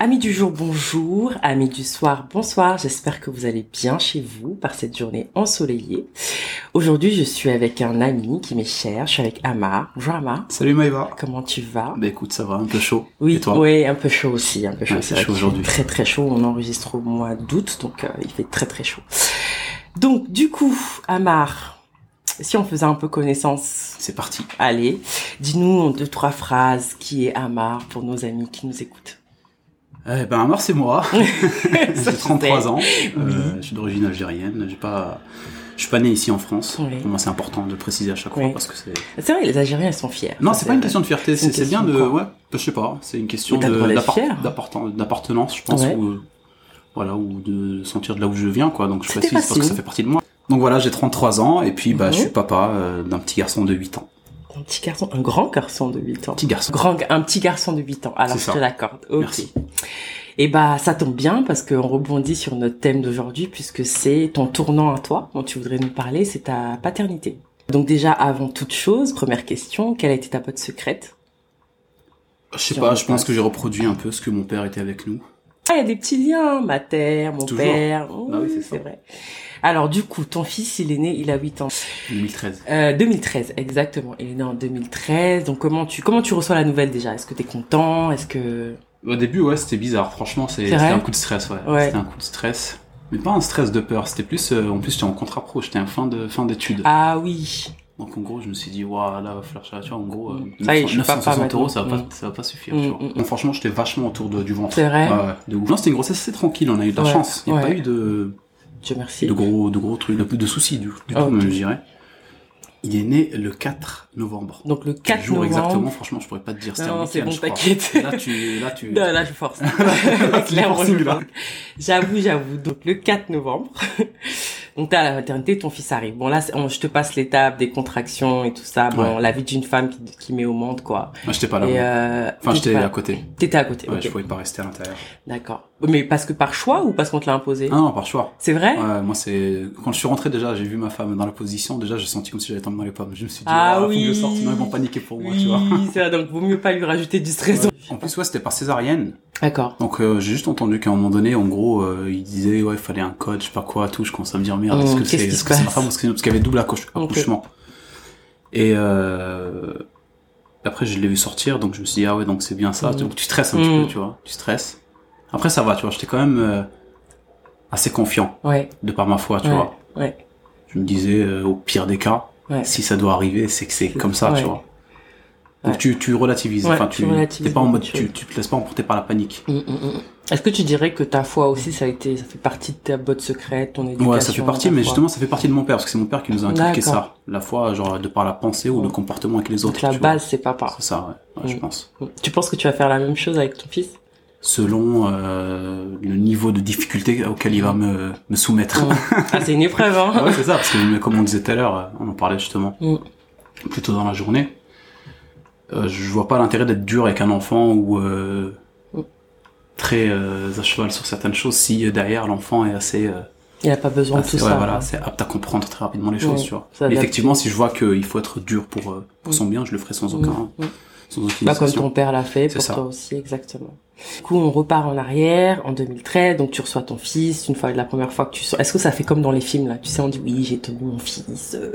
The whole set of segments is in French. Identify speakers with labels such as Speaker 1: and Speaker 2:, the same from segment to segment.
Speaker 1: Amis du jour, bonjour. Amis du soir, bonsoir. J'espère que vous allez bien chez vous par cette journée ensoleillée. Aujourd'hui, je suis avec un ami qui m'est cher. Je suis avec Amar. Bonjour Amar.
Speaker 2: Salut Maïva.
Speaker 1: Comment tu vas
Speaker 2: Bah écoute, ça va, un peu chaud.
Speaker 1: Oui,
Speaker 2: Et toi
Speaker 1: oui, un peu chaud aussi, un peu chaud.
Speaker 2: Ouais, c'est
Speaker 1: vrai
Speaker 2: chaud
Speaker 1: qu'il fait
Speaker 2: aujourd'hui.
Speaker 1: Très très chaud. On enregistre au mois d'août, donc euh, il fait très très chaud. Donc du coup, Amar, si on faisait un peu connaissance,
Speaker 2: C'est parti.
Speaker 1: allez, dis-nous en deux trois phrases qui est Amar pour nos amis qui nous écoutent.
Speaker 2: Eh ben, Amar, c'est moi.
Speaker 1: Ça,
Speaker 2: j'ai 33 ans.
Speaker 1: Oui.
Speaker 2: Euh, je suis d'origine algérienne. J'ai pas... Je suis pas né ici en France.
Speaker 1: Oui.
Speaker 2: Pour moi, c'est important de le préciser à chaque fois
Speaker 1: Oui.
Speaker 2: parce que c'est.
Speaker 1: C'est vrai, les Algériens ils sont fiers. Euh,
Speaker 2: Non,
Speaker 1: Ça,
Speaker 2: c'est pas une question de fierté.
Speaker 1: c'est une
Speaker 2: C'est c'est bien de.
Speaker 1: question,
Speaker 2: Ouais, je sais pas. C'est une question
Speaker 1: Mais t'as le droit
Speaker 2: de-
Speaker 1: d'être
Speaker 2: d'appart-
Speaker 1: fier.
Speaker 2: d'apparten- d'appartenance, je pense,
Speaker 1: Ouais.
Speaker 2: ou euh, voilà, ou de sentir de là où je viens, quoi. Donc je
Speaker 1: C'était
Speaker 2: précise parce que
Speaker 1: facile.
Speaker 2: ça fait partie de moi. Donc voilà, j'ai 33 ans et puis bah je
Speaker 1: Mhm.
Speaker 2: suis papa euh, d'un petit garçon de 8 ans.
Speaker 1: Un petit garçon, un grand garçon de 8 ans.
Speaker 2: Petit garçon.
Speaker 1: Grand, un petit garçon de 8 ans. Alors,
Speaker 2: C'est
Speaker 1: je
Speaker 2: ça.
Speaker 1: te l'accorde. Ok.
Speaker 2: Merci.
Speaker 1: Et bah, ça tombe bien parce qu'on rebondit sur notre thème d'aujourd'hui puisque c'est ton tournant à toi dont tu voudrais nous parler, c'est ta paternité. Donc déjà, avant toute chose, première question, quelle a été ta pote secrète
Speaker 2: Je sais
Speaker 1: Sur
Speaker 2: pas.
Speaker 1: le
Speaker 2: Je pense
Speaker 1: pass.
Speaker 2: que j'ai reproduit un peu ce que mon père était avec nous.
Speaker 1: Ah, il y a des petits liens, ma terre, mon
Speaker 2: Toujours.
Speaker 1: père.
Speaker 2: Ah oui,
Speaker 1: oui,
Speaker 2: c'est
Speaker 1: c'est
Speaker 2: ça.
Speaker 1: vrai. Alors du coup, ton fils, il est né, il a 8 ans.
Speaker 2: 2013.
Speaker 1: Euh, 2013, exactement. Il est né en 2013. Donc comment tu comment tu reçois la nouvelle déjà Est-ce que t'es content Est-ce que
Speaker 2: Au début, ouais, c'était bizarre. Franchement, c'est-
Speaker 1: C'est
Speaker 2: c'était
Speaker 1: vrai
Speaker 2: un coup de stress, ouais.
Speaker 1: Ouais.
Speaker 2: C'était un coup de stress. Mais pas un stress de peur. C'était plus, euh, en plus, j'étais en contrat pro. J'étais en fin de fin d'études.
Speaker 1: Ah oui.
Speaker 2: Donc, en gros, je me suis dit, waouh, là, va falloir chercher. Tu vois, en gros, euh,
Speaker 1: Ça y est, je suis
Speaker 2: 900
Speaker 1: papa
Speaker 2: 960 euros, ça
Speaker 1: maintenant.
Speaker 2: va pas,
Speaker 1: Mm.
Speaker 2: ça va pas suffire.
Speaker 1: Mm,
Speaker 2: tu vois.
Speaker 1: mm, mm.
Speaker 2: Donc, franchement, j'étais vachement autour de, du ventre.
Speaker 1: C'est vrai.
Speaker 2: Ouais, ouais, de ouf. Non, c'était une grossesse assez tranquille. On a eu de la
Speaker 1: Ouais.
Speaker 2: chance. Il n'y a
Speaker 1: Ouais.
Speaker 2: pas eu de,
Speaker 1: Dieu merci.
Speaker 2: de gros, de gros trucs, de, de soucis du, du tout,
Speaker 1: Ok.
Speaker 2: même, je dirais. Il est né le 4 novembre.
Speaker 1: Donc le 4
Speaker 2: Quel jour
Speaker 1: novembre.
Speaker 2: exactement, franchement, je pourrais pas te dire. C'était
Speaker 1: Non,
Speaker 2: un
Speaker 1: non, c'est bon,
Speaker 2: week-end, je crois.
Speaker 1: t'inquiète.
Speaker 2: Là, tu, là, tu.
Speaker 1: Non, là, je force.
Speaker 2: Tu
Speaker 1: Clairement, je
Speaker 2: forces, là.
Speaker 1: force. J'avoue, j'avoue. Donc, le 4 novembre, donc t'es à la maternité, ton fils arrive. Bon, là, c'est- on- je te passe l'étape des contractions et tout ça. Bon, la vie d'une femme qui, qui met au monde, quoi.
Speaker 2: Ah, j'étais pas là.
Speaker 1: et,
Speaker 2: moi.
Speaker 1: euh,
Speaker 2: Enfin,
Speaker 1: t'étais
Speaker 2: j'étais
Speaker 1: pas-
Speaker 2: à côté.
Speaker 1: T'étais à côté,
Speaker 2: Ouais,
Speaker 1: ok.
Speaker 2: Je pouvais pas rester à l'intérieur.
Speaker 1: D'accord. Mais parce que par choix ou parce qu'on te l'a imposé
Speaker 2: Ah non, par choix.
Speaker 1: C'est vrai
Speaker 2: Ouais, moi, c'est quand je suis rentré déjà, j'ai vu ma femme dans la position. Déjà, j'ai senti comme si j'allais tomber dans les pommes. Je me suis dit,
Speaker 1: Ah
Speaker 2: oh, faut que
Speaker 1: oui.
Speaker 2: je sorte, sinon ils vont paniquer pour moi,
Speaker 1: Oui,
Speaker 2: tu vois.
Speaker 1: c'est vrai. Donc, vaut mieux pas lui rajouter du stress.
Speaker 2: Ouais. En plus, ouais, c'était par césarienne.
Speaker 1: D'accord.
Speaker 2: Donc, euh, j'ai juste entendu qu'à un moment donné, en gros, euh, il disait, ouais, il fallait un code, je sais pas quoi, tout. Je commence à me dire, merde, est-ce
Speaker 1: Hum,
Speaker 2: que c'est
Speaker 1: qu'est-ce qui
Speaker 2: est-ce
Speaker 1: se
Speaker 2: que c'est ma
Speaker 1: passe
Speaker 2: femme ou est-ce que- Parce qu'il y avait double accouche-
Speaker 1: Ok.
Speaker 2: accouchement. Et euh, après, je l'ai vu sortir, donc je me suis dit, ah ouais, donc c'est bien ça.
Speaker 1: Mm.
Speaker 2: Donc, tu stresses un
Speaker 1: Mm.
Speaker 2: petit peu, tu vois. Tu stresses. Après, ça va, tu vois. J'étais quand même euh, assez confiant.
Speaker 1: Ouais.
Speaker 2: de par ma foi, tu
Speaker 1: Ouais,
Speaker 2: vois.
Speaker 1: ouais.
Speaker 2: Je me disais, euh, au pire des cas,
Speaker 1: Ouais.
Speaker 2: si ça doit arriver, c'est que c'est comme ça,
Speaker 1: Mm. Ouais.
Speaker 2: tu vois. Donc
Speaker 1: Ouais.
Speaker 2: tu, tu relativises,
Speaker 1: Ouais,
Speaker 2: enfin
Speaker 1: tu
Speaker 2: tu
Speaker 1: relativises
Speaker 2: t'es pas en
Speaker 1: beaucoup
Speaker 2: mode,
Speaker 1: de choses.
Speaker 2: tu, tu te laisses pas emporter par la panique.
Speaker 1: Mm, mm, mm. Est-ce que tu dirais que ta foi aussi, ça a été, ça fait partie de ta botte secrète, ton éducation
Speaker 2: Ouais, ça fait partie,
Speaker 1: ta
Speaker 2: mais
Speaker 1: foi
Speaker 2: justement ça fait partie de mon père, parce que c'est mon père qui nous a inculqué
Speaker 1: D'accord.
Speaker 2: ça. La foi, genre de par la pensée ou
Speaker 1: Ouais.
Speaker 2: le comportement avec les autres.
Speaker 1: Donc la
Speaker 2: tu vois.
Speaker 1: base, c'est papa.
Speaker 2: C'est ça, ouais, Ouais, je
Speaker 1: Mm.
Speaker 2: pense.
Speaker 1: Tu penses que tu vas faire la même chose avec ton fils
Speaker 2: Selon euh, le niveau de difficulté auquel il va me, me soumettre.
Speaker 1: Ah, c'est une épreuve, hein
Speaker 2: ouais, c'est ça, parce que mais comme on disait tout à l'heure, euh, on en parlait justement
Speaker 1: Mm.
Speaker 2: plutôt dans la journée. euh, je vois pas l'intérêt d'être dur avec un enfant ou euh,
Speaker 1: Mm.
Speaker 2: très euh, à cheval sur certaines choses si euh, derrière l'enfant est assez, euh,
Speaker 1: Il a pas besoin
Speaker 2: assez-
Speaker 1: de tout
Speaker 2: ouais,
Speaker 1: ça.
Speaker 2: Ah,
Speaker 1: hein.
Speaker 2: voilà, assez apte à comprendre très rapidement les choses,
Speaker 1: Ouais,
Speaker 2: tu vois.
Speaker 1: ça
Speaker 2: Mais
Speaker 1: adapte.
Speaker 2: effectivement, si je vois qu'il faut être dur pour, euh, pour son bien, je le ferai sans
Speaker 1: Mm,
Speaker 2: aucun,
Speaker 1: mm.
Speaker 2: sans aucune
Speaker 1: Bah, comme
Speaker 2: hésitation.
Speaker 1: ton père l'a fait,
Speaker 2: C'est
Speaker 1: pour
Speaker 2: ça.
Speaker 1: toi aussi, exactement. Du coup, on repart en arrière, en 2013, donc tu reçois ton fils, une fois, la première fois que tu sens. Est-ce que ça fait comme dans les films, là Tu sais, on dit, oui, j'ai tenu mon fils, euh,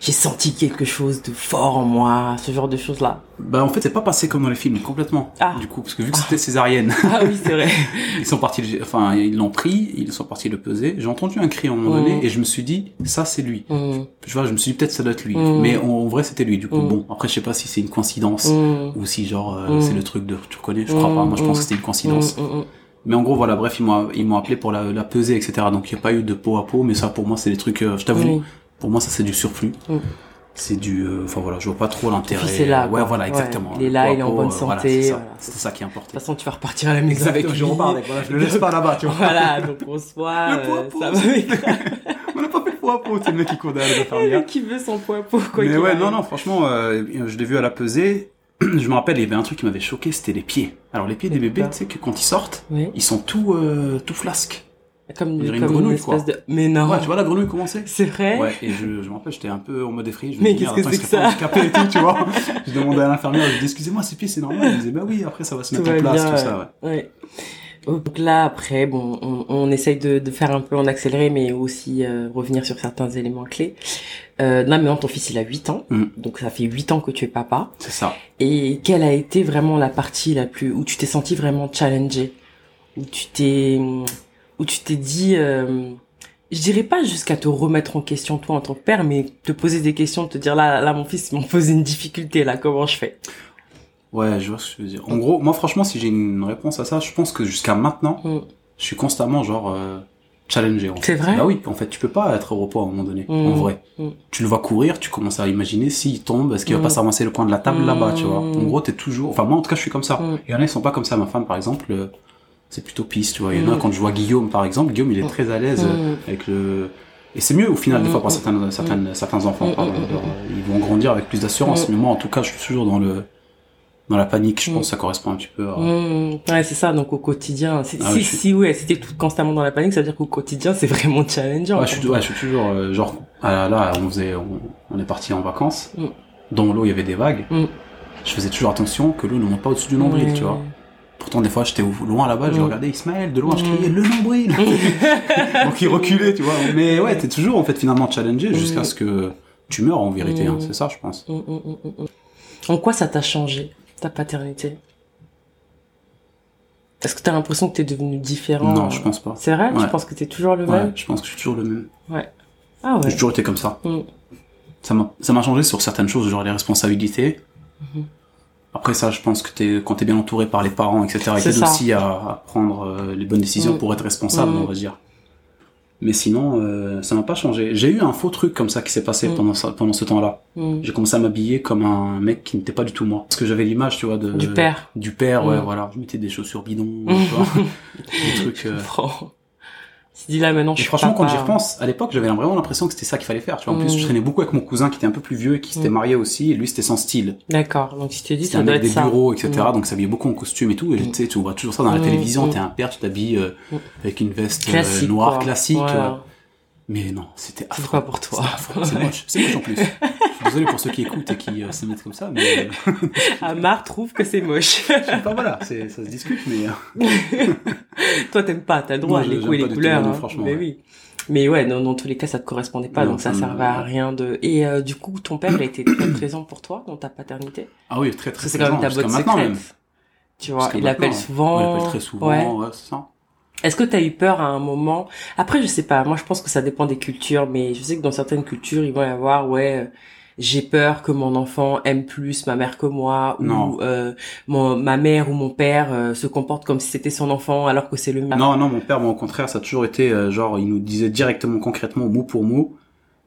Speaker 1: j'ai senti quelque chose de fort en moi, ce genre de choses-là.
Speaker 2: Bah, en fait, c'est pas passé comme dans les films complètement.
Speaker 1: Ah.
Speaker 2: Du coup, parce que vu que c'était césarienne,
Speaker 1: Ah oui, c'est vrai.
Speaker 2: ils sont partis, le- enfin, ils l'ont pris, ils sont partis le peser. J'ai entendu un cri à un moment
Speaker 1: Mm.
Speaker 2: donné et je me suis dit, ça c'est lui.
Speaker 1: Mm,
Speaker 2: Tu vois, je me suis dit peut-être ça doit être lui.
Speaker 1: Mm.
Speaker 2: Mais en, en vrai, c'était lui. Du coup,
Speaker 1: Mm.
Speaker 2: bon, après, je sais pas si c'est une coïncidence
Speaker 1: mm,
Speaker 2: ou si genre euh,
Speaker 1: Mm.
Speaker 2: c'est le truc de tu reconnais. Je crois
Speaker 1: Mm,
Speaker 2: pas. Moi, je pense
Speaker 1: mm.
Speaker 2: que c'était une coïncidence.
Speaker 1: mm, mm, mm.
Speaker 2: Mais en gros, voilà. Bref, ils m'ont ils m'ont appelé pour la, la peser, etc. Donc, il y a pas eu de peau à peau. Mais ça, pour moi, c'est des trucs. euh, je t'avoue,
Speaker 1: Oui.
Speaker 2: pour moi, ça c'est du surplus.
Speaker 1: Mm.
Speaker 2: C'est du. euh, Enfin voilà, je vois pas trop
Speaker 1: fils est
Speaker 2: l'intérêt.
Speaker 1: là, quoi.
Speaker 2: Ouais, voilà,
Speaker 1: Ouais,
Speaker 2: exactement.
Speaker 1: il est
Speaker 2: Le
Speaker 1: là,
Speaker 2: peau à
Speaker 1: il est en
Speaker 2: peau,
Speaker 1: bonne
Speaker 2: euh, voilà,
Speaker 1: santé,
Speaker 2: c'est ça.
Speaker 1: voilà.
Speaker 2: C'était ça qui
Speaker 1: De
Speaker 2: importait.
Speaker 1: toute façon, tu vas repartir à la maison avec lui.
Speaker 2: je le laisse pas là-bas, tu
Speaker 1: Voilà, donc on se voit.
Speaker 2: Le
Speaker 1: euh,
Speaker 2: poids
Speaker 1: ça
Speaker 2: pour-
Speaker 1: va avec-
Speaker 2: On n'a pas fait le peau à peau, c'est le mec qui court derrière les
Speaker 1: Le
Speaker 2: infirmières.
Speaker 1: mec qui veut son poids pour quoi
Speaker 2: mais
Speaker 1: qu'il
Speaker 2: ouais,
Speaker 1: arrive.
Speaker 2: non, non, franchement, euh, je l'ai vu à la pesée. je me rappelle, il y avait un truc qui m'avait choqué, c'était les pieds. Alors les pieds des
Speaker 1: Les
Speaker 2: bébés,
Speaker 1: pas.
Speaker 2: tu sais que quand ils sortent,
Speaker 1: Ouais.
Speaker 2: ils sont tout, euh, tout flasques.
Speaker 1: Comme,
Speaker 2: On
Speaker 1: comme
Speaker 2: dirait une grenouille,
Speaker 1: espèce
Speaker 2: quoi.
Speaker 1: de. Mais non.
Speaker 2: Ouais, tu vois la grenouille comment c'est
Speaker 1: C'est vrai.
Speaker 2: Ouais, et je, je me rappelle, j'étais un peu en mode effrayé. Je me
Speaker 1: Mais
Speaker 2: dis,
Speaker 1: qu'est-ce
Speaker 2: merde,
Speaker 1: que
Speaker 2: attends,
Speaker 1: c'est
Speaker 2: est-ce
Speaker 1: que ça
Speaker 2: handicapé et tout, tu vois. Je demandais à l'infirmière, je dis, excusez-moi, ses pieds, c'est normal. Elle me disait, bah oui, après, ça va se
Speaker 1: Tout
Speaker 2: mettre en
Speaker 1: va
Speaker 2: place,
Speaker 1: bien,
Speaker 2: tout ça, ouais.
Speaker 1: Ouais. Donc là, après, bon, on, on essaye de, de faire un peu en accéléré, mais aussi euh, revenir sur certains éléments clés. Euh, non, mais non, ton fils, il a 8 ans,
Speaker 2: Mm.
Speaker 1: donc ça fait 8 ans que tu es papa.
Speaker 2: C'est ça.
Speaker 1: Et quelle a été vraiment la partie la plus... où tu t'es senti vraiment challengé Où tu t'es... où tu t'es dit... euh, je dirais pas jusqu'à te remettre en question toi en tant que père, mais te poser des questions, te dire là, là mon fils m'a posé une difficulté là, comment je fais
Speaker 2: Ouais, je vois ce que je veux dire. En gros, moi, franchement, si j'ai une réponse à ça, je pense que jusqu'à maintenant,
Speaker 1: Mm.
Speaker 2: je suis constamment, genre, euh, challengé. en fait.
Speaker 1: C'est vrai
Speaker 2: Bah oui, en fait, tu peux pas être au repos à un moment donné,
Speaker 1: Mm.
Speaker 2: en vrai.
Speaker 1: Mm.
Speaker 2: Tu le vois courir, tu commences à imaginer s'il tombe, est-ce qu'il va
Speaker 1: Mm.
Speaker 2: pas s'amasser le coin de la table
Speaker 1: Mm.
Speaker 2: là-bas, tu vois. En gros, t'es toujours... Enfin, moi, en tout cas, je suis comme ça.
Speaker 1: Mm.
Speaker 2: Il y en a, ils sont pas comme ça. Ma femme, par exemple, euh, c'est plutôt pisse, tu vois. Il y en a,
Speaker 1: Mm.
Speaker 2: quand je vois Guillaume, par exemple, Guillaume, il est
Speaker 1: Mm.
Speaker 2: très à l'aise euh,
Speaker 1: Mm.
Speaker 2: avec le... Et c'est mieux, au final, des
Speaker 1: Mm.
Speaker 2: fois, pour
Speaker 1: Mm.
Speaker 2: certaines, certaines, certains enfants.
Speaker 1: Mm.
Speaker 2: pardon.
Speaker 1: Mm.
Speaker 2: Genre, euh, Ils vont grandir avec plus d'assurance.
Speaker 1: Mm.
Speaker 2: Mais moi, en tout cas, je suis toujours dans le... Dans la panique, je
Speaker 1: Mm.
Speaker 2: pense que ça correspond un petit peu à...
Speaker 1: Mmh, ouais, c'est ça, donc au quotidien. Si,
Speaker 2: Ah,
Speaker 1: si,
Speaker 2: je suis-
Speaker 1: si, ouais, si t'es tout constamment dans la panique, ça veut dire qu'au quotidien, c'est vraiment challengeant.
Speaker 2: Ouais, je suis, ouais, je suis toujours euh, genre ah, là, on faisait, on, on est parti en vacances.
Speaker 1: Mm.
Speaker 2: Dans l'eau, il y avait des vagues.
Speaker 1: Mm.
Speaker 2: Je faisais toujours attention que l'eau ne monte pas au-dessus du nombril, tu vois. Pourtant, des fois, j'étais au- loin là-bas, je
Speaker 1: Mm.
Speaker 2: le regardais Ismaël de loin, je
Speaker 1: Mm.
Speaker 2: criais le nombril. Donc il reculait, tu vois. Mais ouais, t'es toujours en fait finalement challengé
Speaker 1: Mm.
Speaker 2: jusqu'à ce que tu meurs en vérité. hein.
Speaker 1: Mm.
Speaker 2: C'est ça, je pense.
Speaker 1: Mmh, mmh, mmh, mmh. En quoi ça t'a changé, ta paternité Est-ce que t'as l'impression que t'es devenu différent
Speaker 2: Non, je pense pas.
Speaker 1: C'est vrai Je
Speaker 2: Ouais.
Speaker 1: pense que t'es toujours le
Speaker 2: Ouais,
Speaker 1: même
Speaker 2: je pense que je suis toujours le même.
Speaker 1: Ah ouais.
Speaker 2: J'ai toujours été comme ça.
Speaker 1: Mm.
Speaker 2: Ça m'a ça m'a changé sur certaines choses, genre les responsabilités.
Speaker 1: Mhm.
Speaker 2: Après ça, je pense que t'es, quand t'es bien entouré par les parents, etc., ils
Speaker 1: C'est
Speaker 2: t'aident
Speaker 1: ça.
Speaker 2: aussi à, à prendre euh, les bonnes décisions
Speaker 1: Mm.
Speaker 2: pour être responsable,
Speaker 1: Mm.
Speaker 2: on va dire. Mais sinon, euh, ça m'a pas changé. J'ai eu un faux truc comme ça qui s'est passé
Speaker 1: Mm.
Speaker 2: pendant, ça- pendant ce temps-là.
Speaker 1: Mmh.
Speaker 2: J'ai commencé à m'habiller comme un mec qui n'était pas du tout moi. Parce que j'avais l'image, tu vois, de...
Speaker 1: Du père.
Speaker 2: Du père, ouais,
Speaker 1: Mm.
Speaker 2: voilà. Je mettais des chaussures bidons, tu vois, des trucs...
Speaker 1: Je
Speaker 2: euh,
Speaker 1: comprends. Tu te dis là maintenant,
Speaker 2: et
Speaker 1: je suis
Speaker 2: franchement, quand
Speaker 1: papa.
Speaker 2: j'y repense, à l'époque, j'avais vraiment l'impression que c'était ça qu'il fallait faire. Tu vois, en plus,
Speaker 1: Mm.
Speaker 2: je traînais beaucoup avec mon cousin qui était un peu plus vieux et qui s'était
Speaker 1: Mm.
Speaker 2: marié aussi. Et lui, c'était sans style.
Speaker 1: D'accord, donc tu te dis,
Speaker 2: C'était
Speaker 1: ça
Speaker 2: un
Speaker 1: doit
Speaker 2: mec
Speaker 1: être
Speaker 2: des
Speaker 1: ça.
Speaker 2: bureaux, etc.
Speaker 1: Mm.
Speaker 2: Donc, ça s'habillait beaucoup en costume et tout. Et
Speaker 1: Mm.
Speaker 2: tu sais, tu vois toujours ça dans la
Speaker 1: Mm,
Speaker 2: télévision.
Speaker 1: mm.
Speaker 2: T'es un père, tu t'habilles euh,
Speaker 1: Mm.
Speaker 2: avec une veste euh,
Speaker 1: Classique.
Speaker 2: noire
Speaker 1: quoi.
Speaker 2: classique. euh.
Speaker 1: Voilà.
Speaker 2: Mais non, c'était
Speaker 1: C'est pas
Speaker 2: affreux.
Speaker 1: pour toi.
Speaker 2: C'était affreux. C'est moche. C'est moche en plus. Je suis désolé pour ceux qui écoutent et qui euh, se mettent comme ça. Mais euh,
Speaker 1: Amar Ah, trouve que c'est moche.
Speaker 2: je sais pas, voilà, c'est- ça se discute. Mais euh,
Speaker 1: Toi, t'aimes pas, t'as le droit,
Speaker 2: Non, je-
Speaker 1: les
Speaker 2: j'aime
Speaker 1: goûts et
Speaker 2: pas
Speaker 1: les
Speaker 2: du tout,
Speaker 1: couleurs.
Speaker 2: non,
Speaker 1: hein.
Speaker 2: franchement,
Speaker 1: Mais
Speaker 2: ouais.
Speaker 1: oui. Mais ouais, non, dans tous les cas, ça te correspondait pas,
Speaker 2: Non,
Speaker 1: donc ça
Speaker 2: ça me-
Speaker 1: servait à rien de. Et euh, du coup, ton père, il a été très présent pour toi dans ta paternité.
Speaker 2: Ah oui, très
Speaker 1: Parce que
Speaker 2: très
Speaker 1: c'est quand même
Speaker 2: présent.
Speaker 1: ta
Speaker 2: Jusqu'à
Speaker 1: botte
Speaker 2: maintenant
Speaker 1: secrète.
Speaker 2: même.
Speaker 1: Tu vois,
Speaker 2: Jusqu'à
Speaker 1: il appelle
Speaker 2: maintenant, ouais.
Speaker 1: souvent.
Speaker 2: Ouais, il appelle très
Speaker 1: Ouais.
Speaker 2: souvent. ouais, c'est ça.
Speaker 1: Est-ce que t'as eu peur à un moment Après, je sais pas. Moi, je pense que ça dépend des cultures, mais je sais que dans certaines cultures, ils vont y avoir ouais. euh, J'ai peur que mon enfant aime plus ma mère que moi,
Speaker 2: Non.
Speaker 1: ou euh, mon, ma mère ou mon père euh, se comporte comme si c'était son enfant alors que c'est le mien.
Speaker 2: Non, non, mon père, moi, au contraire, ça a toujours été, euh, genre, il nous disait directement, concrètement, mot pour mot,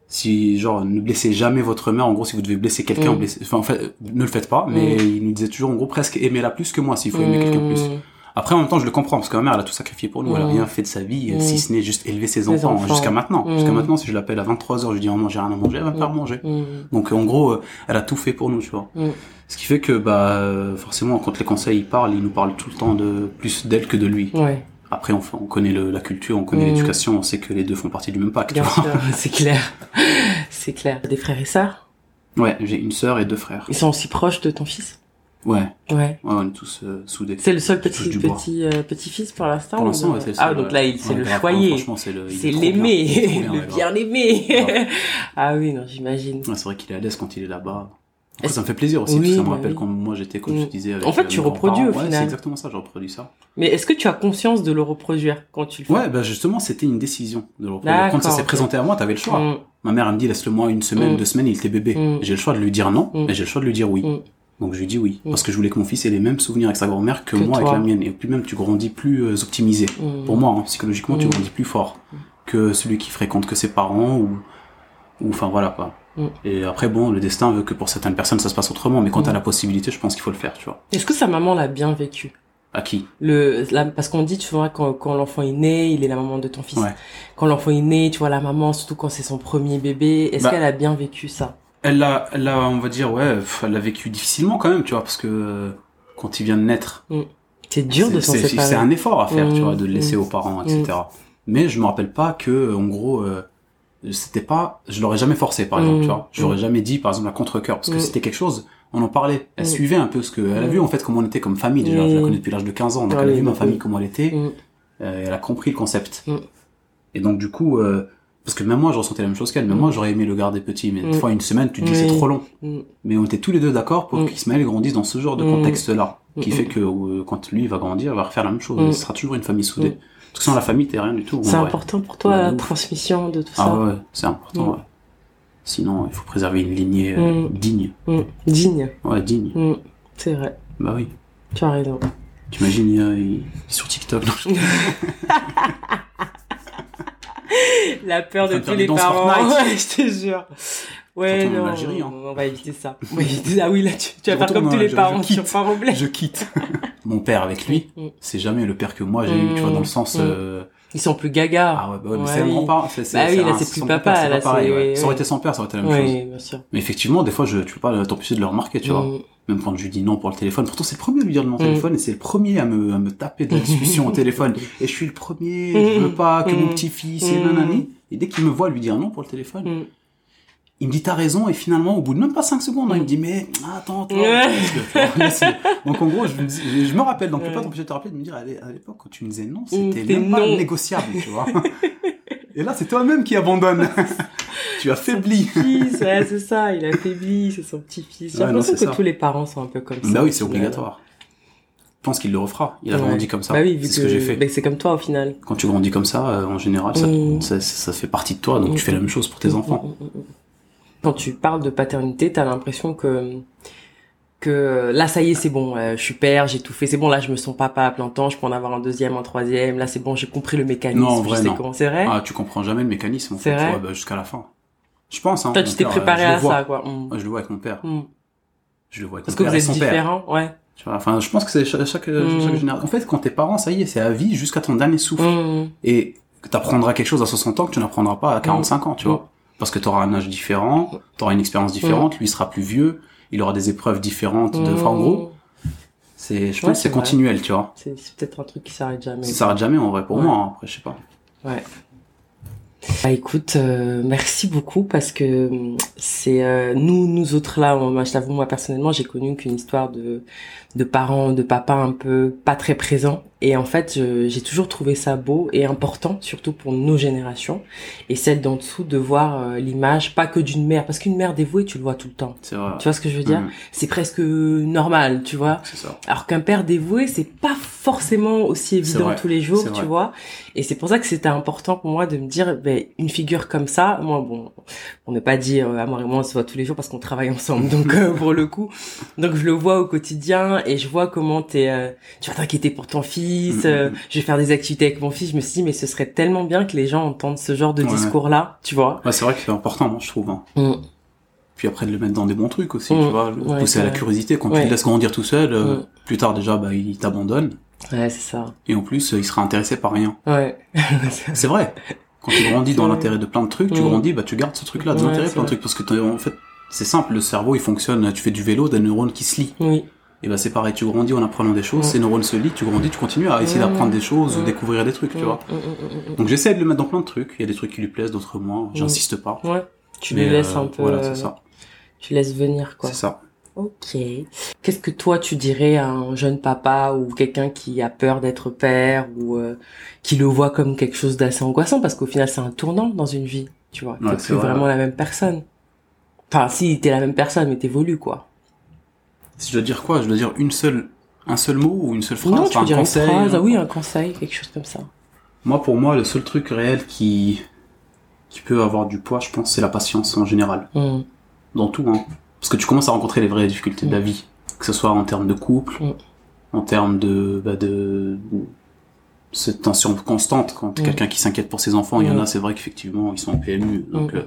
Speaker 2: si, genre, ne blessez jamais votre mère, en gros, si vous devez blesser quelqu'un,
Speaker 1: Mm.
Speaker 2: blessez- enfin, en fait, euh, ne le faites pas, mais
Speaker 1: Mm.
Speaker 2: il nous disait toujours, en gros, presque, aimez-la plus que moi, s'il faut aimer quelqu'un plus.
Speaker 1: Mmh.
Speaker 2: Après, en même temps, je le comprends, parce que ma mère, elle a tout sacrifié pour nous, elle a
Speaker 1: Mm.
Speaker 2: rien fait de sa vie, euh,
Speaker 1: Mm.
Speaker 2: si ce n'est juste élever ses
Speaker 1: Les
Speaker 2: enfants,
Speaker 1: enfants.
Speaker 2: jusqu'à maintenant.
Speaker 1: Mm.
Speaker 2: Jusqu'à maintenant, si je l'appelle à 23h, je dis, maman, j'ai rien à manger, elle va me faire
Speaker 1: Mm.
Speaker 2: manger.
Speaker 1: Mmh.
Speaker 2: Donc en gros, euh, elle a tout fait pour nous, tu vois.
Speaker 1: Mm.
Speaker 2: Ce qui fait que bah euh, forcément quand les conseils ils parlent, ils nous parlent tout le temps de plus d'elle que de lui.
Speaker 1: Ouais.
Speaker 2: Après, on, fait- on connaît le- la culture, on connaît
Speaker 1: Mm.
Speaker 2: l'éducation, on sait que les deux font partie du même pacte.
Speaker 1: Bien
Speaker 2: Ah, tu
Speaker 1: sûr, c'est clair. C'est clair. Des frères et sœurs
Speaker 2: vois. Ouais, j'ai une sœur et deux frères.
Speaker 1: Ils sont aussi proches de ton fils
Speaker 2: Ouais, ouais,
Speaker 1: Ouais.
Speaker 2: on est tous euh, soudés.
Speaker 1: C'est le seul
Speaker 2: Je touche
Speaker 1: petit
Speaker 2: du bois.
Speaker 1: petit euh, petit fils pour l'instant.
Speaker 2: Pour
Speaker 1: ou
Speaker 2: l'instant,
Speaker 1: bien-
Speaker 2: ouais, c'est le
Speaker 1: Ah
Speaker 2: seul,
Speaker 1: donc
Speaker 2: ouais.
Speaker 1: là il- c'est
Speaker 2: Ouais,
Speaker 1: le
Speaker 2: grave,
Speaker 1: foyer.
Speaker 2: Franchement, c'est le, il est
Speaker 1: C'est
Speaker 2: trop bien. Il est trop
Speaker 1: l'aimé,
Speaker 2: bien,
Speaker 1: le
Speaker 2: ouais,
Speaker 1: bien
Speaker 2: grave.
Speaker 1: aimé.
Speaker 2: Grave.
Speaker 1: ah oui, non, j'imagine.
Speaker 2: Ouais, c'est vrai qu'il est à l'aise quand il est là-bas. Après,
Speaker 1: Est-ce-
Speaker 2: ça me fait plaisir aussi,
Speaker 1: Oui,
Speaker 2: parce que ça me
Speaker 1: bah
Speaker 2: rappelle
Speaker 1: oui.
Speaker 2: quand moi j'étais, comme
Speaker 1: Mm.
Speaker 2: je disais. Avec
Speaker 1: En fait,
Speaker 2: euh,
Speaker 1: tu
Speaker 2: mes
Speaker 1: reproduis
Speaker 2: grands-parents.
Speaker 1: au
Speaker 2: Ouais,
Speaker 1: final.
Speaker 2: C'est exactement ça, je reproduis ça.
Speaker 1: Mais est-ce que tu as conscience de le reproduire quand tu le fais
Speaker 2: Ouais, bah justement, c'était une décision de le reproduire. Quand ça
Speaker 1: D'accord,
Speaker 2: s'est
Speaker 1: ok.
Speaker 2: présenté à moi, t'avais le choix.
Speaker 1: Mm.
Speaker 2: Ma mère, elle me dit, laisse-le-moi une semaine,
Speaker 1: Mm.
Speaker 2: deux semaines, il était bébé.
Speaker 1: Mm.
Speaker 2: J'ai le choix de lui dire non,
Speaker 1: Mm.
Speaker 2: et j'ai le choix de lui dire oui.
Speaker 1: Mm.
Speaker 2: Donc je lui dis oui,
Speaker 1: Mm.
Speaker 2: parce que je voulais que mon fils ait les mêmes souvenirs avec sa grand-mère que,
Speaker 1: Que
Speaker 2: moi
Speaker 1: toi.
Speaker 2: avec la mienne. Et puis même, tu grandis plus euh, optimisé.
Speaker 1: Mm.
Speaker 2: Pour moi, hein, psychologiquement, tu
Speaker 1: Mm.
Speaker 2: grandis plus fort que celui qui fréquente que ses parents ou... ou enfin voilà quoi.
Speaker 1: Mm.
Speaker 2: Et après, bon, le destin veut que pour certaines personnes, ça se passe autrement, mais quand
Speaker 1: Mm.
Speaker 2: t'as la possibilité, je pense qu'il faut le faire, tu vois.
Speaker 1: Est-ce que sa maman l'a bien vécu
Speaker 2: À qui
Speaker 1: le la- parce qu'on dit tu vois quand, quand l'enfant est né il est la maman de ton fils
Speaker 2: Ouais.
Speaker 1: quand l'enfant est né tu vois la maman surtout quand c'est son premier bébé est-ce
Speaker 2: Bah.
Speaker 1: qu'elle a bien vécu ça
Speaker 2: Elle l'a, elle l'a, on va dire, ouais, pff, elle l'a vécu difficilement quand même, tu vois, parce que euh, quand il vient de naître,
Speaker 1: c'est dur de s'en
Speaker 2: c'est- c'est-
Speaker 1: séparer
Speaker 2: C'est un effort à faire, tu
Speaker 1: Mm,
Speaker 2: vois, de le laisser
Speaker 1: mm,
Speaker 2: aux parents, etc. mais je me rappelle pas que en gros euh, c'était pas je l'aurais jamais forcé par exemple
Speaker 1: Mm.
Speaker 2: tu vois j'aurais
Speaker 1: Mm.
Speaker 2: jamais dit par exemple à contre cœur parce que
Speaker 1: Mm.
Speaker 2: c'était quelque chose on en parlait elle
Speaker 1: Mm.
Speaker 2: suivait un peu ce que elle a
Speaker 1: Mm.
Speaker 2: vu en fait comment on était comme famille déjà je la
Speaker 1: Mm.
Speaker 2: connais depuis l'âge de 15 ans donc
Speaker 1: Ah
Speaker 2: elle a
Speaker 1: oui,
Speaker 2: vu ma
Speaker 1: donc
Speaker 2: famille
Speaker 1: oui.
Speaker 2: comment elle était
Speaker 1: Mm.
Speaker 2: euh, elle a compris le concept
Speaker 1: Mm.
Speaker 2: et donc du coup euh, parce que même moi je ressentais la même chose qu'elle même
Speaker 1: Mm.
Speaker 2: moi j'aurais aimé le garder petit mais des
Speaker 1: Mm.
Speaker 2: fois une semaine tu te dis
Speaker 1: Oui.
Speaker 2: c'est trop long
Speaker 1: Mm.
Speaker 2: mais on était tous les deux d'accord pour
Speaker 1: Mm.
Speaker 2: qu'Ismaël grandisse dans ce genre de
Speaker 1: Mm.
Speaker 2: contexte là qui
Speaker 1: Mm.
Speaker 2: fait que euh, quand lui il va grandir il va refaire la même chose
Speaker 1: Mm.
Speaker 2: ce sera toujours une famille soudée
Speaker 1: Mm.
Speaker 2: parce que sans la famille t'es rien du tout en
Speaker 1: C'est
Speaker 2: vrai.
Speaker 1: important pour toi,
Speaker 2: Ouais, Bah,
Speaker 1: la
Speaker 2: ouf.
Speaker 1: transmission de tout
Speaker 2: Ah
Speaker 1: ça.
Speaker 2: ouais, ouais, c'est important.
Speaker 1: Mm.
Speaker 2: ouais. Sinon, il faut préserver une lignée euh,
Speaker 1: Mm.
Speaker 2: digne.
Speaker 1: Mm. Digne.
Speaker 2: Ouais, digne.
Speaker 1: Mm. C'est vrai.
Speaker 2: Bah oui.
Speaker 1: Tu as raison.
Speaker 2: T'imagines, euh, il il est sur TikTok. non, je-
Speaker 1: La peur de
Speaker 2: En train de
Speaker 1: tous
Speaker 2: faire
Speaker 1: les
Speaker 2: des danses
Speaker 1: parents.
Speaker 2: Fortnite.
Speaker 1: Ouais, je te jure. Ouais,
Speaker 2: Surtout en
Speaker 1: non.
Speaker 2: Algérie, hein.
Speaker 1: On va éviter ça. On va éviter ça. Ah oui, là, tu, tu vas
Speaker 2: Je
Speaker 1: faire
Speaker 2: retourne
Speaker 1: comme
Speaker 2: en
Speaker 1: tous les
Speaker 2: Algérie,
Speaker 1: parents
Speaker 2: je
Speaker 1: sur
Speaker 2: quitte.
Speaker 1: Parents Bled.
Speaker 2: Je quitte. Mon père avec lui,
Speaker 1: Mm.
Speaker 2: c'est jamais le père que moi j'ai eu, tu vois, dans le sens.
Speaker 1: Mm.
Speaker 2: euh,
Speaker 1: Ils sont plus gaga.
Speaker 2: Ah ouais, bah ouais, mais
Speaker 1: Ouais,
Speaker 2: c'est un
Speaker 1: oui.
Speaker 2: grand-parent. c'est- c'est-
Speaker 1: Bah oui,
Speaker 2: c'est
Speaker 1: là,
Speaker 2: un-
Speaker 1: c'est plus
Speaker 2: son
Speaker 1: papa,
Speaker 2: grand-père, c'est
Speaker 1: là,
Speaker 2: pas pareil,
Speaker 1: c'est-
Speaker 2: ouais.
Speaker 1: oui,
Speaker 2: Ça aurait
Speaker 1: oui.
Speaker 2: été son père, ça aurait été la Ah, même chose.
Speaker 1: oui, bien sûr.
Speaker 2: Mais effectivement, des fois, je, tu peux pas euh, t'empêcher de le remarquer, tu vois.
Speaker 1: Mm.
Speaker 2: Même quand je lui dis non pour le téléphone. Pourtant, c'est le premier à lui dire non au
Speaker 1: Mm.
Speaker 2: téléphone et c'est le premier à me, à me taper de la discussion au téléphone. Et je suis le premier, je
Speaker 1: Mm.
Speaker 2: veux pas que mon
Speaker 1: Mm.
Speaker 2: petit-fils et
Speaker 1: Mm.
Speaker 2: nanani. Et dès qu'il me voit lui dire non pour le téléphone,
Speaker 1: Mm.
Speaker 2: il me dit t'as raison et finalement au bout de même pas 5 secondes hein, il me dit mais attends toi
Speaker 1: Mm. Ouais.
Speaker 2: parce que, tu vois, là, c'est- donc en gros je me, dis- je- je me rappelle donc
Speaker 1: Ouais.
Speaker 2: pas t'empêcher de te rappeler de me dire à l'é- à l'époque quand tu me disais non
Speaker 1: Mm,
Speaker 2: c'était
Speaker 1: t'es
Speaker 2: même pas
Speaker 1: non.
Speaker 2: négociable tu vois et là c'est toi-même qui abandonne tu affaiblis
Speaker 1: Fils, ouais, c'est ça. Il affaiblit, c'est son petit-fils. J'ai
Speaker 2: Ouais, non,
Speaker 1: l'impression
Speaker 2: c'est
Speaker 1: que
Speaker 2: ça.
Speaker 1: tous les parents sont un peu comme ça.
Speaker 2: bah oui c'est
Speaker 1: au final.
Speaker 2: obligatoire je pense qu'il le refera il a
Speaker 1: Ouais.
Speaker 2: grandi comme ça
Speaker 1: Bah oui, vu
Speaker 2: c'est ce que j'ai fait
Speaker 1: ben, c'est comme toi au final.
Speaker 2: quand tu grandis comme ça euh, en général ça,
Speaker 1: Mm.
Speaker 2: ça, ça fait partie de toi donc
Speaker 1: Mm.
Speaker 2: tu fais la même chose pour tes enfants
Speaker 1: Quand tu parles de paternité, t'as l'impression que que là ça y est c'est bon euh, je suis père j'ai tout fait c'est bon là je me sens papa à plein temps je peux en avoir un deuxième un troisième là c'est bon j'ai compris le mécanisme
Speaker 2: Non, en vrai,
Speaker 1: je sais
Speaker 2: non.
Speaker 1: comment c'est vrai
Speaker 2: ah tu comprends jamais le mécanisme en
Speaker 1: C'est
Speaker 2: fait tu
Speaker 1: vrai
Speaker 2: vois, bah, jusqu'à la fin je pense hein,
Speaker 1: toi
Speaker 2: mon
Speaker 1: tu t'es
Speaker 2: père, euh,
Speaker 1: préparé
Speaker 2: je le
Speaker 1: à
Speaker 2: vois.
Speaker 1: ça quoi Mm.
Speaker 2: Moi, je le vois avec mon père.
Speaker 1: Mm.
Speaker 2: Je le vois avec
Speaker 1: parce que
Speaker 2: mon
Speaker 1: vous
Speaker 2: père et
Speaker 1: êtes
Speaker 2: son père.
Speaker 1: différents ouais
Speaker 2: Tu vois, enfin, je pense que c'est cha- chaque, euh, chaque,
Speaker 1: Mm.
Speaker 2: génération. En fait, quand t'es parent, ça y est, c'est à vie jusqu'à ton dernier souffle.
Speaker 1: Mm.
Speaker 2: Et que t'apprendras quelque chose à 60 ans que tu n'apprendras pas à 45 ans, tu vois.
Speaker 1: Mm.
Speaker 2: Parce que t'auras un âge différent, t'auras une expérience différente, lui sera plus vieux, il aura des épreuves différentes.
Speaker 1: mm,
Speaker 2: De... Enfin, en gros, c'est, je pense
Speaker 1: Ouais,
Speaker 2: que c'est
Speaker 1: c'est vrai.
Speaker 2: continuel, tu vois.
Speaker 1: c'est c'est peut-être un truc qui s'arrête jamais
Speaker 2: Ça s'arrête jamais en vrai pour
Speaker 1: Ouais.
Speaker 2: moi, hein. après, je sais pas.
Speaker 1: Bah écoute, euh, merci beaucoup parce que euh, c'est euh, nous, nous autres là, on- moi je t'avoue, moi personnellement, j'ai connu qu'une histoire de, de parents, de papa un peu pas très présent. Et en fait, je- j'ai toujours trouvé ça beau et important, surtout pour nos générations et celle d'en dessous, de voir euh, l'image, pas que d'une mère, parce qu'une mère dévouée, tu le vois tout le temps.
Speaker 2: C'est vrai.
Speaker 1: Tu vois ce que je veux dire
Speaker 2: Mm,
Speaker 1: C'est presque euh, normal, tu vois.
Speaker 2: c'est ça.
Speaker 1: Alors qu'un père dévoué, c'est pas forcément aussi évident
Speaker 2: vrai,
Speaker 1: tous les jours,
Speaker 2: c'est
Speaker 1: tu
Speaker 2: vrai.
Speaker 1: vois. Et c'est pour ça que c'était important pour moi de me dire, ben, une figure comme ça, moi, bon, on n'est pas dit, euh, Amar et moi, on se voit tous les jours parce qu'on travaille ensemble, donc euh, pour le coup. Donc je le vois au quotidien et je vois comment t'es, euh, tu vas t'inquiéter pour ton fils,
Speaker 2: Mhm.
Speaker 1: euh, je vais faire des activités avec mon fils. Je me suis dit, mais ce serait tellement bien que les gens entendent ce genre de
Speaker 2: Ouais.
Speaker 1: discours-là, tu vois.
Speaker 2: Ouais, c'est vrai que c'est important, moi, je trouve. hein.
Speaker 1: Mm.
Speaker 2: Puis après, de le mettre dans des bons trucs aussi,
Speaker 1: Mm.
Speaker 2: tu vois. le
Speaker 1: Ouais,
Speaker 2: pousser à la
Speaker 1: carrément.
Speaker 2: curiosité. Quand tu
Speaker 1: Ouais.
Speaker 2: le laisses grandir tout seul, euh,
Speaker 1: Mm.
Speaker 2: plus tard, déjà, bah, il t'abandonne.
Speaker 1: Ouais, c'est ça.
Speaker 2: Et en plus, euh, il sera intéressé par rien.
Speaker 1: Ouais.
Speaker 2: C'est vrai. Quand tu grandis dans
Speaker 1: Ouais.
Speaker 2: l'intérêt de plein de trucs, tu
Speaker 1: Mm.
Speaker 2: grandis, bah, tu gardes ce truc-là, des
Speaker 1: Ouais,
Speaker 2: intérêts,
Speaker 1: c'est
Speaker 2: plein de
Speaker 1: vrai.
Speaker 2: trucs. Parce que, t'as- en fait, c'est simple, le cerveau, il fonctionne. Tu fais du vélo, des neurones qui se lient.
Speaker 1: oui.
Speaker 2: Et bah, c'est pareil, tu grandis en apprenant des choses,
Speaker 1: Mm.
Speaker 2: ces neurones se lient, tu grandis, tu continues à essayer d'apprendre des choses ou
Speaker 1: Mm.
Speaker 2: découvrir des trucs, tu vois.
Speaker 1: Mm, mm, mm, mm,
Speaker 2: Donc, j'essaie de le mettre dans plein de trucs. Il y a des trucs qui lui plaisent, d'autres moins. J'insiste pas.
Speaker 1: mm. Ouais. Tu
Speaker 2: Mais,
Speaker 1: le laisses
Speaker 2: euh,
Speaker 1: un peu.
Speaker 2: Voilà,
Speaker 1: euh,
Speaker 2: c'est ça.
Speaker 1: Tu laisses venir, quoi.
Speaker 2: C'est ça.
Speaker 1: Ok. Qu'est-ce que toi tu dirais à un jeune papa ou quelqu'un qui a peur d'être père ou euh, qui le voit comme quelque chose d'assez angoissant parce qu'au final c'est un tournant dans une vie, tu vois.
Speaker 2: Ouais,
Speaker 1: t'es
Speaker 2: c'est
Speaker 1: plus
Speaker 2: vrai,
Speaker 1: vraiment
Speaker 2: ouais.
Speaker 1: la même personne. Enfin, si t'es la même personne, mais t'évolues quoi.
Speaker 2: Si je dois dire quoi, je dois dire une seule, un seul mot ou une seule phrase,
Speaker 1: non, tu
Speaker 2: enfin,
Speaker 1: peux
Speaker 2: un
Speaker 1: dire
Speaker 2: conseil. hein.
Speaker 1: une phrase.
Speaker 2: un-
Speaker 1: Ah oui, un conseil, quelque chose comme ça.
Speaker 2: Moi, pour moi, le seul truc réel qui, qui peut avoir du poids, je pense, c'est la patience en général.
Speaker 1: Hmm.
Speaker 2: Dans tout, hein. Parce que tu commences à rencontrer les vraies difficultés de la
Speaker 1: Mm.
Speaker 2: vie. Que ce soit en termes de couple,
Speaker 1: Mm.
Speaker 2: en termes de, bah, de, cette tension constante quand t'es
Speaker 1: Mm.
Speaker 2: quelqu'un qui s'inquiète pour ses enfants. Il y en
Speaker 1: Mm.
Speaker 2: a, c'est vrai qu'effectivement, ils sont en PMU. Donc,
Speaker 1: Mm.
Speaker 2: euh,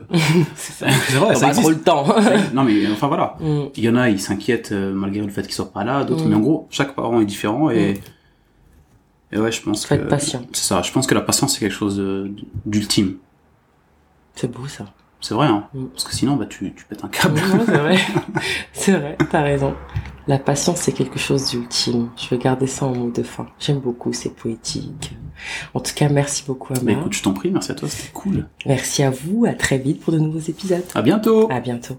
Speaker 1: c'est ça.
Speaker 2: c'est vrai,
Speaker 1: On
Speaker 2: ça
Speaker 1: va trop
Speaker 2: existe.
Speaker 1: le temps.
Speaker 2: Non, mais enfin voilà.
Speaker 1: Hmm.
Speaker 2: Il y en a, ils s'inquiètent euh, malgré le fait qu'ils soient pas là, d'autres,
Speaker 1: Mm.
Speaker 2: mais en gros, chaque parent est différent et, et ouais, je pense
Speaker 1: Faut
Speaker 2: que.
Speaker 1: être patient.
Speaker 2: C'est ça, je pense que la patience, c'est quelque chose de- d'ultime.
Speaker 1: C'est beau ça.
Speaker 2: C'est vrai, hein.
Speaker 1: Mm.
Speaker 2: Parce que sinon, bah, tu, tu pètes un câble.
Speaker 1: Ouais, c'est vrai. C'est vrai, t'as raison. La patience, c'est quelque chose d'ultime. Je vais garder ça en mot de fin. J'aime beaucoup, c'est poétique. En tout cas, merci beaucoup, Amar.
Speaker 2: Mais écoute, je t'en prie, merci à toi, c'était cool.
Speaker 1: Merci à vous, à très vite pour de nouveaux épisodes.
Speaker 2: À bientôt.
Speaker 1: À bientôt.